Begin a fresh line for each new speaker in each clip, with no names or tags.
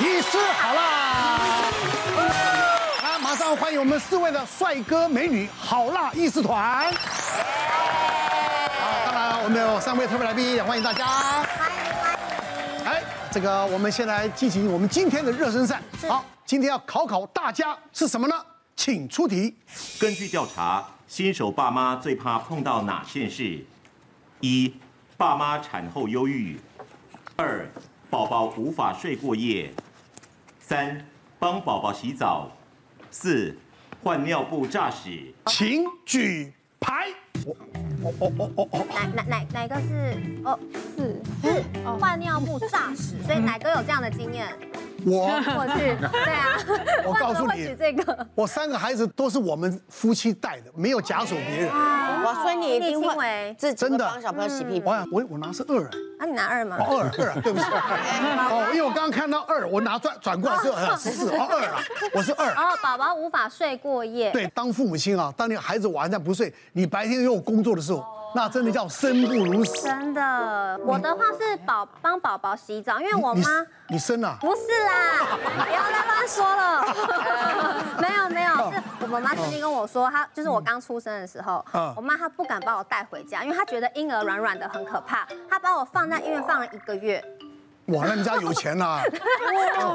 一试好啦！那马上欢迎我们四位的帅哥美女好辣义士团。好，当然我们有三位特别来宾，也欢迎大家。哎，这个我们先来进行我们今天的热身赛。好，今天要考考大家是什么呢？请出题。
根据调查，新手爸妈最怕碰到哪件事？一、爸妈产后忧郁；二、宝宝无法睡过夜；三、帮宝宝洗澡；四、换尿布诈屎。
请举牌。
哪哪哪哪个是哦
四
是换尿布诈屎，所以哪个有这样的经 验？
我
我 去，对啊，
我告 诉你
为什么会取这个，
我三个孩子都是我们夫妻带的，没有假手别人。
哇，所以你一定
亲
会
为
自己
真
会
的
啊帮小朋友洗屁股
我。想我我拿是二哎，
啊，你拿二吗？
二二，对不起。哦，因为我刚刚看到二，我拿转转过来是二是四哦二啊，我是二。
哦，宝宝无法睡过夜，
对，当父母亲啊，当你孩子晚上不睡，你白天又有工作的时候，那真的叫生不如死。
真的。我的话是宝帮宝宝洗澡，因为我
你
妈。
你生了、
不是啦，不要再乱说 了。没有没有，
哦
是我妈妈曾经跟我说，她就是我刚出生的时候
嗯，
我妈她不敢把我带回家，因为她觉得婴儿软软的很可怕，她把我放在医院放了一个月，
哇，那你家有钱呐、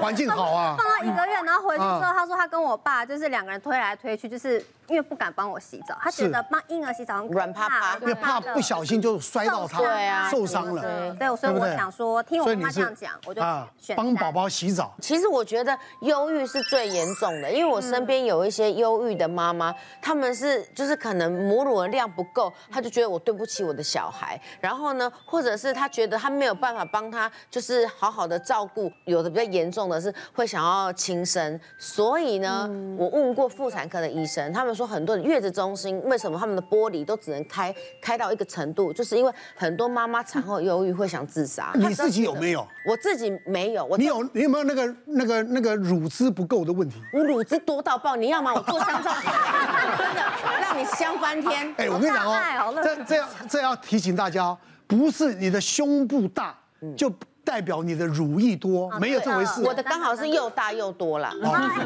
环境好啊。
放到一个月，然后回去之
嗯
后，她说她跟我爸就是两个人推来推去，就是因为不敢帮我洗澡，她觉得帮婴儿洗澡很可
软趴趴
因为怕
的
不小心就摔到他，
受
受伤
伤啊什么
了
嗯
的。对，所
对
以
不
我
对
想说，听我
所以
妈
你
妈
是
这样讲，我就
啊
选
帮
三
宝宝洗澡。
其实我觉得忧郁是最严重的，因为我身边有一些忧郁的妈妈，她们是就是可能母乳的量不够，她就觉得我对不起我的小孩，然后呢，或者是她觉得她没有办法帮她就是好好的照顾，有的比较严重的是会想要轻生，所以呢，我问过妇产科的医生，他们说很多的月子中心为什么他们的玻璃都只能开开到一个程度，就是因为很多妈妈产后忧郁会想自杀。
你
她只要
自己
觉
有
得
没有？
我自己没有，我
你有你有没有那个那个那个乳汁不够的问题？
我乳汁多到爆，你要吗？我做香皂水，真的让你香翻天。
哎，我跟你讲
好大爱好
哦，
乐
这这要这要提醒大家哦，不是你的胸部大
嗯
就代表你的乳液多，没有这回事
对。
啊我的刚好是又大又多啦。
啊
啊
哦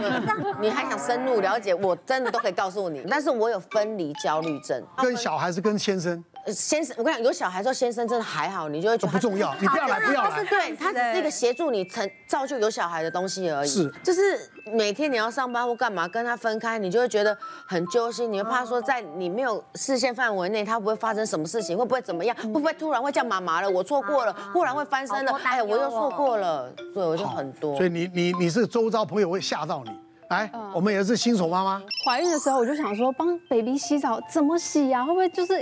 你还想深入了解？我真的都可以告诉你，但是我有分离焦虑症。
啊跟小孩是跟先生
呃先生，我跟你讲，有小孩之后，先生真的还好，你就会觉得
哦不
他
重要，你不要哎来不要
啊就是
来。
对他只是一个协助你成造就有小孩的东西而已。
是
就是每天你要上班或干嘛，跟他分开，你就会觉得很揪心，你会怕说在你没有视线范围内，他会不会发生什么事情，会不会怎么样，
嗯
会不会突然会叫妈妈了，我错过
嗯
了，忽然会翻身了
好，多担
哎，
忧
我又错过了，对，我就很多
哦
所。以你你你是周遭朋友会吓到你。来，我们也是新手妈妈，
怀孕的时候，我就想说帮 baby 洗澡怎么洗呀、会不会就是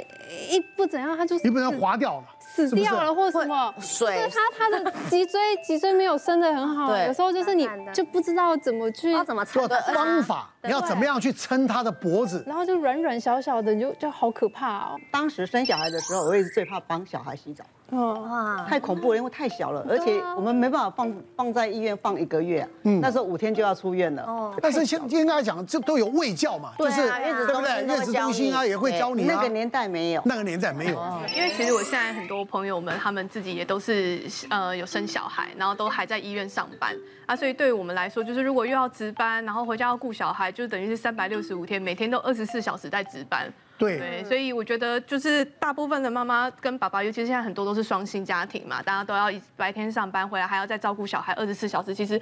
一不怎样，他就
你不能划掉了，
死
是不是
掉了或什么？
水
就是他他的脊椎脊椎没有伸得很好，
对
有时候就是你
慢慢地
就不知道怎么去
要，怎么
要
擦
方法，你要
对
怎么样去撑他的脖子？
然后就软软小小的，你就就好可怕哦。
当时生小孩的时候，我也是最怕帮小孩洗澡，
嗯，
哇，
太恐怖了，因为太小了，而且我们没办法放放在医院放一个月、
嗯
那时候五天就要出院了。
哦
哦，
但是现应该讲，这都有卫教嘛，就是
对啊月子
对不
中
对？
心都
月
会
子
教
中心啊
你
也会教你啊。
那个年代没有。
那个年代没有，
因为其实我现在很多朋友们，他们自己也都是呃有生小孩，然后都还在医院上班啊，所以对于我们来说，就是如果又要值班，然后回家要顾小孩，就等于是三百六十五天，每天都二十四小时在值班。
对，
对，所以我觉得就是大部分的妈妈跟爸爸，尤其是现在很多都是双薪家庭嘛，大家都要一白天上班回来，还要再照顾小孩二十四小时，其实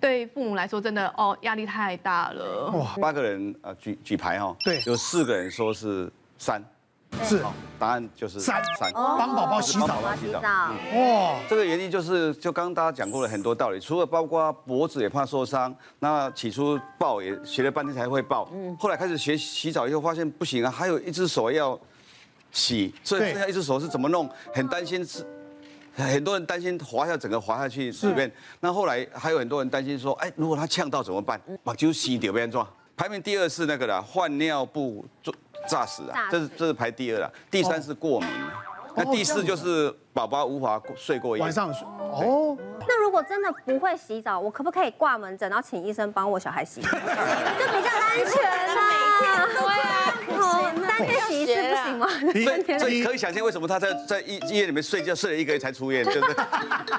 对父母来说真的哦压力太大了。
八个人呃举举牌哈、
对
有四个人说是三，哦
是
答案就是
三
三。
哦
帮宝宝洗澡啊
帮宝宝
洗
洗
澡
澡。
哇，
这个原因就是，就刚刚大家讲过了很多道理，除了包括脖子也怕受伤，那起初抱也学了半天才会抱，
嗯
后来开始学洗澡以后发现不行啊，还有一只手要洗，所以
对
剩下一只手是怎么弄，很担心是。很多人担心滑下整个滑下去里面，那后来还有很多人担心说，哎，如果他呛到怎么办？
嗯
把酒洗掉变装。排名第二是那个啦，换尿布做炸死
炸
啊
死，哦
这是这是排第二啦，第三是过敏啊，那第四就是宝宝无法睡过夜。
晚上哦，
那如果真的不会洗澡，我可不可以挂门诊，然后请 医生帮我小孩洗？就比较安全啦、啊。对啊，好担三天洗一次不行吗？
所
三
以
天
所以可以想象为什么他在在医医院里面睡觉睡了一个月才出院，对不对？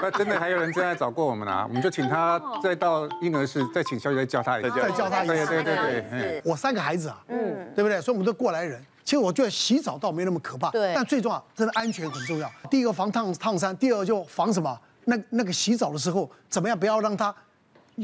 那真的还有人真的找过我们啊，我们就请他再到婴儿室，再请小姐再教他一次，
再教他一次
对对对对，嗯
我三个孩子啊，嗯，对不对？所以我们都过来人。其实我觉得洗澡倒没那么可怕，
对
但最重要，真的安全很重要。第一个防烫烫伤，第二就防什么？那那个洗澡的时候，怎么样不要让他？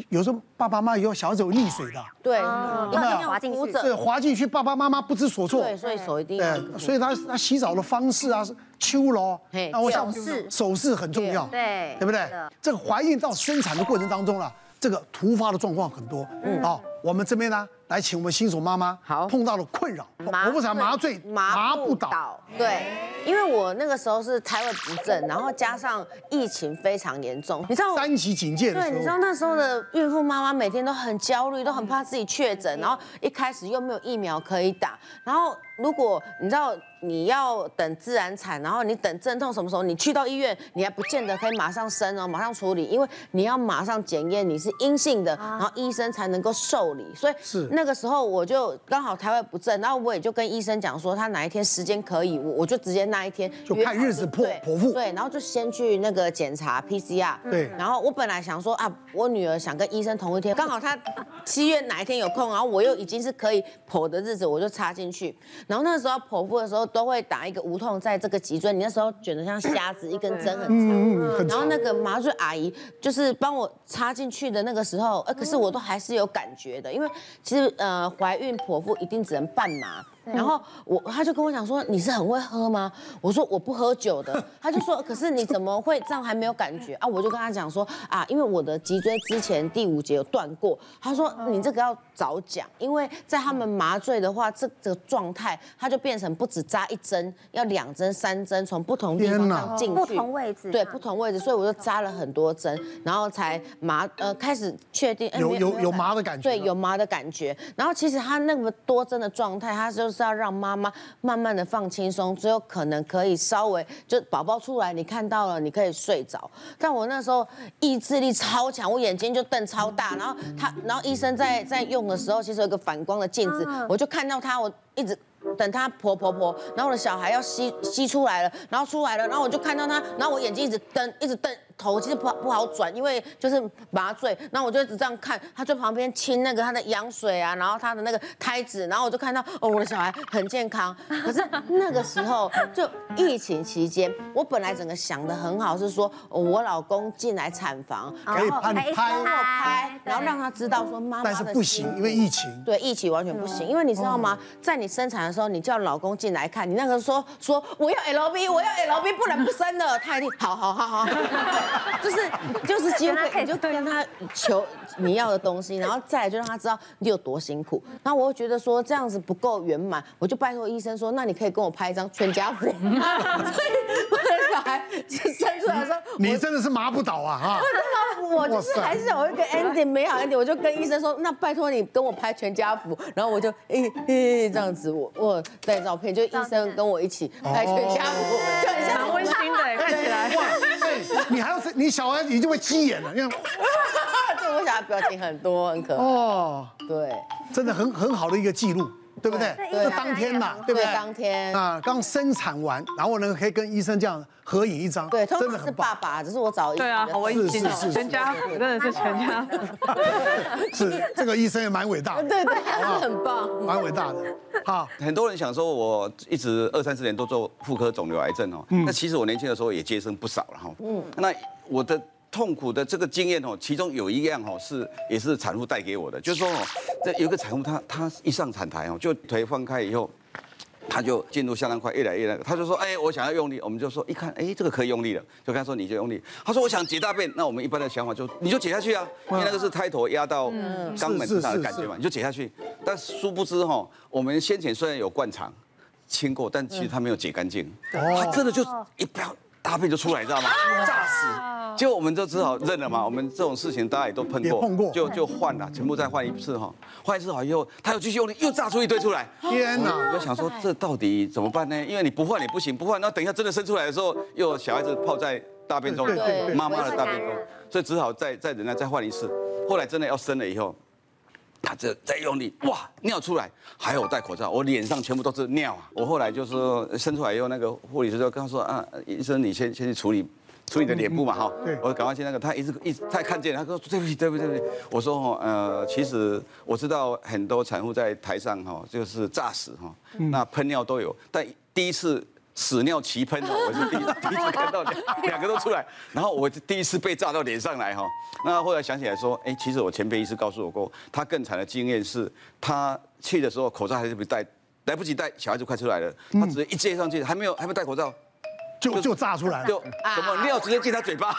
有时候爸爸妈妈有小孩子有溺水的，
对，
哦
一定
要
要
滑进去
扶
对，
着，
滑进去，爸爸妈妈不知所措。
对，所以手一定要
嗯
对，所以他他洗澡的方式啊，是秋咯
嘿，
那我想
手势
手势很重要，
对
对不对
是的？
这个怀孕到生产的过程当中啊，这个突发的状况很多。嗯，好，我们这边呢，来请我们新手妈妈，
好
碰到了困扰，我不想麻醉，
麻不
倒，
倒，对。因为我那个时候是胎位不正，然后加上疫情非常严重，你知道我
三级警戒的
对，你知
时
道
候，嗯
那时候的孕妇妈妈每天都很焦虑，都很怕自己确诊，然后一开始又没有疫苗可以打，然后如果你知道你要等自然产，然后你等阵痛什么时候，你去到医院，你还不见得可以马上生哦，马上处理，因为你要马上检验你是阴性的，然后医生才能够受理，所以
啊是
那个时候我就刚好胎位不正，然后我也就跟医生讲说他哪一天时间可以，我我就直接那一天
就
约
看
好
日子破
对
剖腹
对，然后就先去那个检查 PCR，
对
然后我本来想说啊，我女儿想跟医生同一天，刚好她七月哪一天有空，然后我又已经是可以剖的日子，我就插进去。然后那时候剖腹的时候都会打一个无痛，在这个脊椎，你那时候卷得像瞎子，一根针很长。
嗯，很
然后那个麻醉阿姨就是帮我插进去的那个时候，呃，可是我都还是有感觉的，因为其实呃怀孕剖腹一定只能半麻。然后我她就跟我讲说你是很会喝吗？我说我不喝酒的。她就说可是你怎么会这样还没有感觉啊？我就跟她讲说啊，因为我的脊椎之前第五节有断过。她说
嗯
你这个要早讲，因为在他们麻醉的话，这个状态它就变成不止扎一针，要两针、三针，从不同地
天
方这
哪
样进去，
不同位置
对
这样
不同位置，所以我就扎了很多针，然后才麻呃开始确定哎
有
没没
有有
感
麻的感觉
对，
了
有麻的感觉。然后其实他那么多针的状态，他就是要让妈妈慢慢的放轻松，只有可能可以稍微就宝宝出来，你看到了，你可以睡着。但我那时候意志力超强，我眼睛就瞪超大，然后他，然后医生在在用的时候，其实有一个反光的镜子，我就看到他，我一直。等他婆婆婆，然后我的小孩要吸吸出来了，然后出来了，然后我就看到他，然后我眼睛一直瞪，一直瞪，头其实不好不好转，因为就是麻醉，然后我就一直这样看，他就旁边亲那个他的羊水啊，然后他的那个胎子，然后我就看到哦，我的小孩很健康。可是那个时候就疫情期间，我本来整个想的很好，是说、哦我老公进来产房，然
可以
后
拍
可以
拍，
拍，然后 让
他
他知道说妈妈
但是
的
不
辛
行，
苦
因为疫情，
对，一起完全不行，因为你知道吗？在你生产的时候，你叫老公进来看，你那个时候说我要 LB，我要 LB，不能不生了，他一定好好好 好，就是就是机会，你就跟他求你要的东西，然后再来就让他知道你有多辛苦。然后我又觉得说这样子不够圆满，我就拜托医生说，那你可以跟我拍一张全家福。所以 我的小孩生出来的时候，
你真的是麻不倒啊哈！
我就是还是有一个 ending 美好 ending，我就跟医生说，那拜托你跟我拍全家福，然后我就诶诶这样子，我我带照片，就医生跟我一起
哦
拍全家福，就很像
蛮 温馨 的，看起来。
哇，哎，你还要是你小孩已经会鸡眼了，你看
对我小孩表情很多，很可爱，
哦，
对
真的很很好的一个记录，对不对？
对
就当天呐，对不
对
对？，
当天
啊，刚生产完，然后呢可以跟医生这样合影一张，
对，通
真的
常是
很
爸
棒，
爸，只是我找医
对啊，好温馨
是是
哦，
是
全家福真的是全 家福。
是这个医生也蛮伟大的，
对对，他 很棒，
蛮伟大的，好，
很多人想说，我一直二三十年都做妇科肿瘤癌症哦，那其实我年轻的时候也接生不少了哈，嗯，那我的。痛苦的这个经验哦，其中有一样哦是也是产妇带给我的，就是说哦，这有一个产妇她她一上产台哦，就腿放开以后，他就进入相当快，越来越那个，他就说，哎，我想要用力，我们就说一看，哎，这个可以用力了，就跟他说你就用力。他说我想解大便，那我们一般的想法就你就解下去啊，因为那个是胎头压到肛门上的感觉嘛，你就解下去。但殊不知哈，我们先前虽然有灌肠清过，但其实他没有解干净，
嗯
他
哦
真的就一飙大便就出来，你知道吗？炸死。结果我们就只好认了嘛，我们这种事情大家也都碰
也
过，
碰过
就就换了，全部再换一次哈，换一次好以后，他又继续用力，又炸出一堆出来。
天哪！
我就想说这到底怎么办呢？因为你不换也不行，不换，那等一下真的生出来的时候，又有小孩子泡在大便中
对对对，
妈妈的大便中，所以只好再再忍耐再换一次。后来真的要生了以后，打着再用力，哇，尿出来，还有戴口罩，我脸上全部都是尿啊。我后来就是说伸出来以后，那个护理师就跟他说啊，医生你先先去处理。处理你的脸部嘛哈，
对
我赶快去那个，他一直一直他也看见，他说对不起对不起对不起，我说哦呃，其实我知道很多产妇在台上哈，就是诈死哈，那喷尿都有，但第一次屎尿齐喷哦，我是第一第一次看到两两个都出来，然后我第一次被炸到脸上来哈。那后来想起来说，哎，其实我前辈医师告诉我过，他更惨的经验是，他去的时候口罩还是没戴，来不及戴，小孩子快出来了，他直接一接上去，还没有还没有戴口罩，
就就炸出来了
就。什么尿直接进他嘴巴，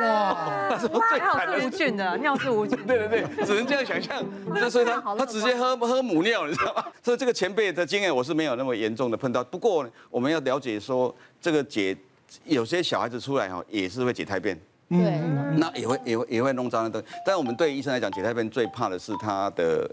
哇，
那时候最惨的
是无菌的，尿是无菌的。
对对对，只能这样想象。那所以他他直接喝喝母尿，你知道吗？ 所以这个前辈的经验我是没有那么严重的碰到。不过呢我们要了解说，这个解有些小孩子出来哈也是会解胎便。
嗯
对，
那也会也会也会弄脏的东西。但我们对医生来讲，解胎便最怕的是他的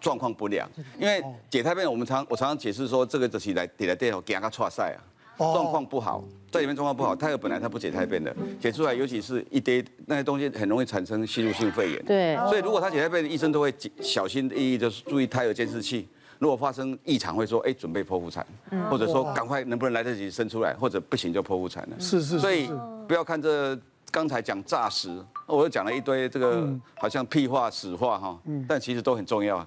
状况不良，因为解胎便我们常我常常解释说，这个就是来底来电哦，给他错赛啊，
哦
状况不好，在里面状况不好，胎儿本来他不解胎便的，解出来尤其是一堆那些东西，很容易产生吸入性肺炎。
对
所以如果他解胎便，医生都会谨小心翼翼的注意胎儿监视器。如果发生异常，会说哎，准备剖腹产，或者说赶快能不能来得及生出来，或者不行就剖腹产了。
是是是
所以不要看这刚才讲诈食，我又讲了一堆这个
嗯
好像屁话、屎话哈，但其实都很重要啊。